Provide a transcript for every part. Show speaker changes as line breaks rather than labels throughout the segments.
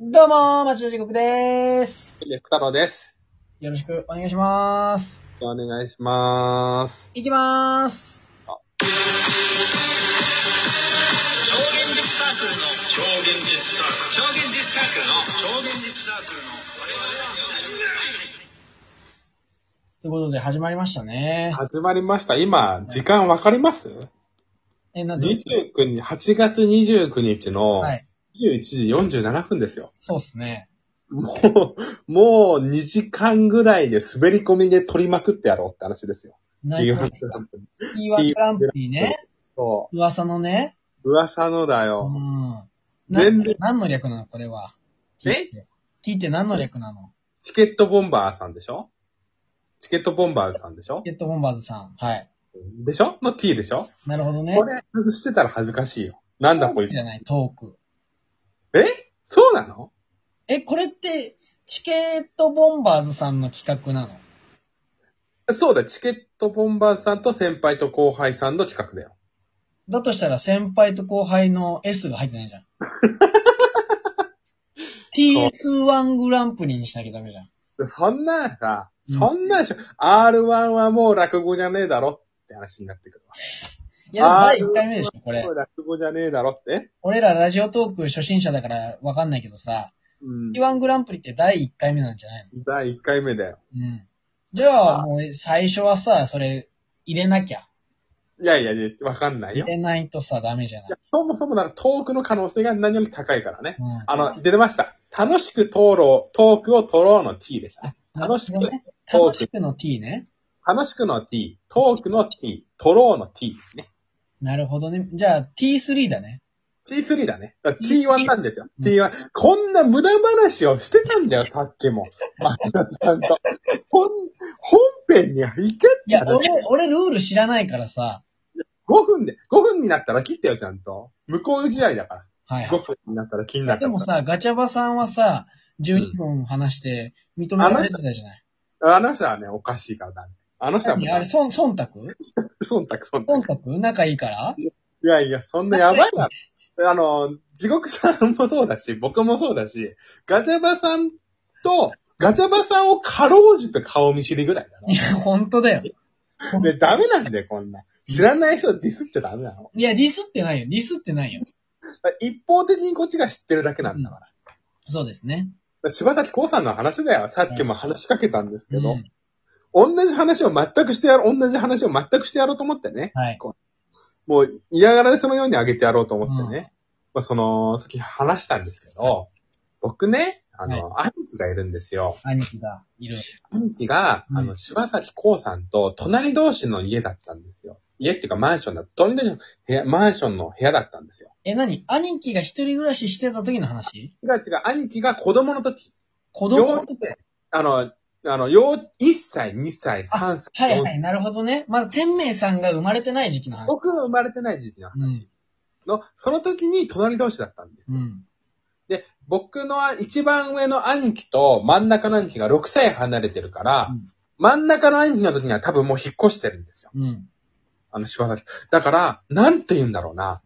どうもー、町田時刻でーす。
で、ふたろです。
よろしくお願いしまーす。
お願いします。
いきまーす。
超現実サークルの超現実サークル超現実サークルの超現実サークルの我々は
ということで始まりましたね。
始まりました。今、時間わかります
え、なんで
?29 日、8月29日の
はい。
21時47分ですよ。
そうっすね。
もう、もう2時間ぐらいで滑り込みで取りまくってやろうって話ですよ。
ナ
ってい
イ
う
ト
話なんです
キーワーグランプリね。
そ
噂のね。
う。噂のだ
う
よ。
ん。
全
な
然、
何の略なのこれは。
え
?T って何の略なの
チケットボンバーさんでしょチケットボンバーさんでしょ
ゲットボンバーズさん。はい。
でしょの T でしょ
なるほどね
こ。れ外してたら恥ずかしいよ。なんだこいつ
じ。ゃない、トーク。
えそうなの
え、これって、チケットボンバーズさんの企画なの
そうだ、チケットボンバーさんと先輩と後輩さんの企画だよ。
だとしたら先輩と後輩の S が入ってない じゃん。TS1 グランプリにしなきゃダメじゃん。
そんなんさ、
うん
そんなんでしょ、R1 はもう落語じゃねえだろって話になってくるわ。
いや、
あ
第
ー
1回目でしょ、これ
も。う落語じゃねえだろって
俺らラジオトーク初心者だからわかんないけどさ、
うん。
T1 グランプリって第1回目なんじゃないの
第1回目だよ。
うん。じゃあ、
あー
もう最初はさ、それ入れなきゃ。
いやいやいや、わかんない
入
よ。い
れないとさ、ダメじゃない。
やそもそもなんかトークの可能性が何より高いからね。
うん。
あの、出てました。楽しく討論、トークを取ろうの T でしたね。楽しく
なるほどね
トーク
楽しくの T ね。
楽しくの T、トークの T、取ろうの T ですね。
なるほどね。じゃあ、T3 だね。
T3 だね。だから T1 なんですよ。
うん
T1。こんな無駄話をしてたんだよ、さっきも。 松田さんと。本、本編には行け
い
っ
や
て、話。
俺、俺ルール知らないからさ。
5分で、5分になったら切ってよ、ちゃんと。向こう試合だか
はい
ら。
はい
5分になったら切んなかった。
でも、さ、ガチャバさんはさ、12分話して、認められてたじゃない。
あの人はね、おかしいからだ、ね。あの人はもう
何あれ、そん、忖度
忖度、忖度。
忖度仲いいから
いやいや、そんなやばい な。あの、地獄さんもそうだし、僕もそうだし、ガチャバさんと、ガチャバさんをかろうじて顔見知りぐらいだな。
いや、本当だよ。
で、ダメなんだよ、こんな。知らない人をディスっちゃダメなの。
いや、ディスってないよ。ディスってないよ。
一方的にこっちが知ってるだけなんだから。
そうですね。
柴崎孝さんの話だよ。さっきも話しかけたんですけど、
うん
同じ話を全くしてやろう、同じ話を全くしてやろうと思ってね。
はい。
もう嫌がらせのように上げてやろうと思ってね。まあ、その、さっき話したんですけど、僕ね、あの、兄貴がいるんですよ。
兄貴がいる。
兄貴が、あ
う
の、柴崎孝さんと隣同士の家だったんですよ。家っていうかマンションだ、隣同士の部屋、マンションの部屋だったんですよ。
え、何兄貴が一人暮らししてた時の話
違う違う、兄貴が子供の時、
子供の時
あの、あの、よう、1歳、2歳、3歳、
はい
4
は
歳
い、なるほどね。まだ天明さんが生まれてない時期の話。
僕が生まれてない時期の
うん
話の、その時に隣同士だったんです
う
よ。
ん。
で、僕のあ一番上の兄貴と真ん中の兄貴が6歳離れてるから、
うん
真ん中の兄貴の時には多分もう引っ越してるんですよ。
うん。
あの、柴崎。だから、なんて言うんだろうな。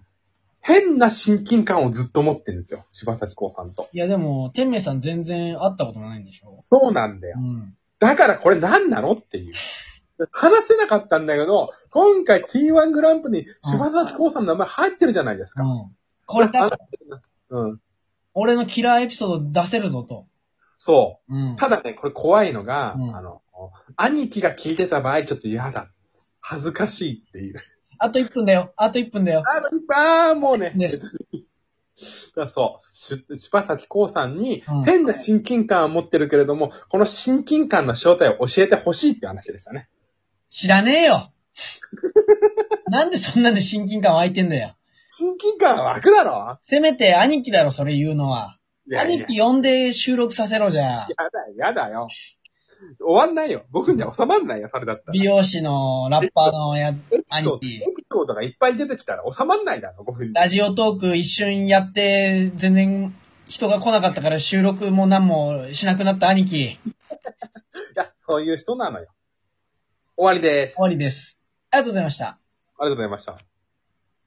変な親近感をずっと持ってるんですよ。柴崎孝さんと。
いや、でも、天明さん全然会ったこともないんでしょ
そうなんだよ
う。ん。
だからこれ何なのっていう。話せなかったんだけど、今回 T1 グランプリに柴崎孝さんの名前入ってるじゃないです
う
か。
ん。これだ、
うん。
俺のキラーエピソード出せるぞと。
そ
うん
う。。ただね、これ怖いのが、
うん
あの、兄貴が聞いてた場合ちょっと嫌だ。恥ずかしいっていう。
あと1分だよ。あと1分だよ。
あの、あーもうね。
です
だからそう。し柴崎孝さんに
うん
変な親近感を持ってるけれども、この親近感の正体を教えてほしいって話でしたね。
知らねえ よ。なんでそんなんで親近感湧いてんだよ。
親近感は湧くだろ
せめて兄貴だろ、それ言うのは。
いやいや
兄貴呼んで収録させろじゃあ。
やだよ、やだよ。終わんないよ。5分じゃ収まんないよ、それだったら。
美容師のラッパーのや、
エピソード
兄
エ
貴
ピ。ソードがいっぱい出てきたら収まんないだろ、5分で。
ラジオトーク一瞬やって、全然人が来なかったから収録も何もしなくなった兄貴。
いや、そういう人なのよ。終わりです。
終わりです。ありがとうございました。
ありがとうございました。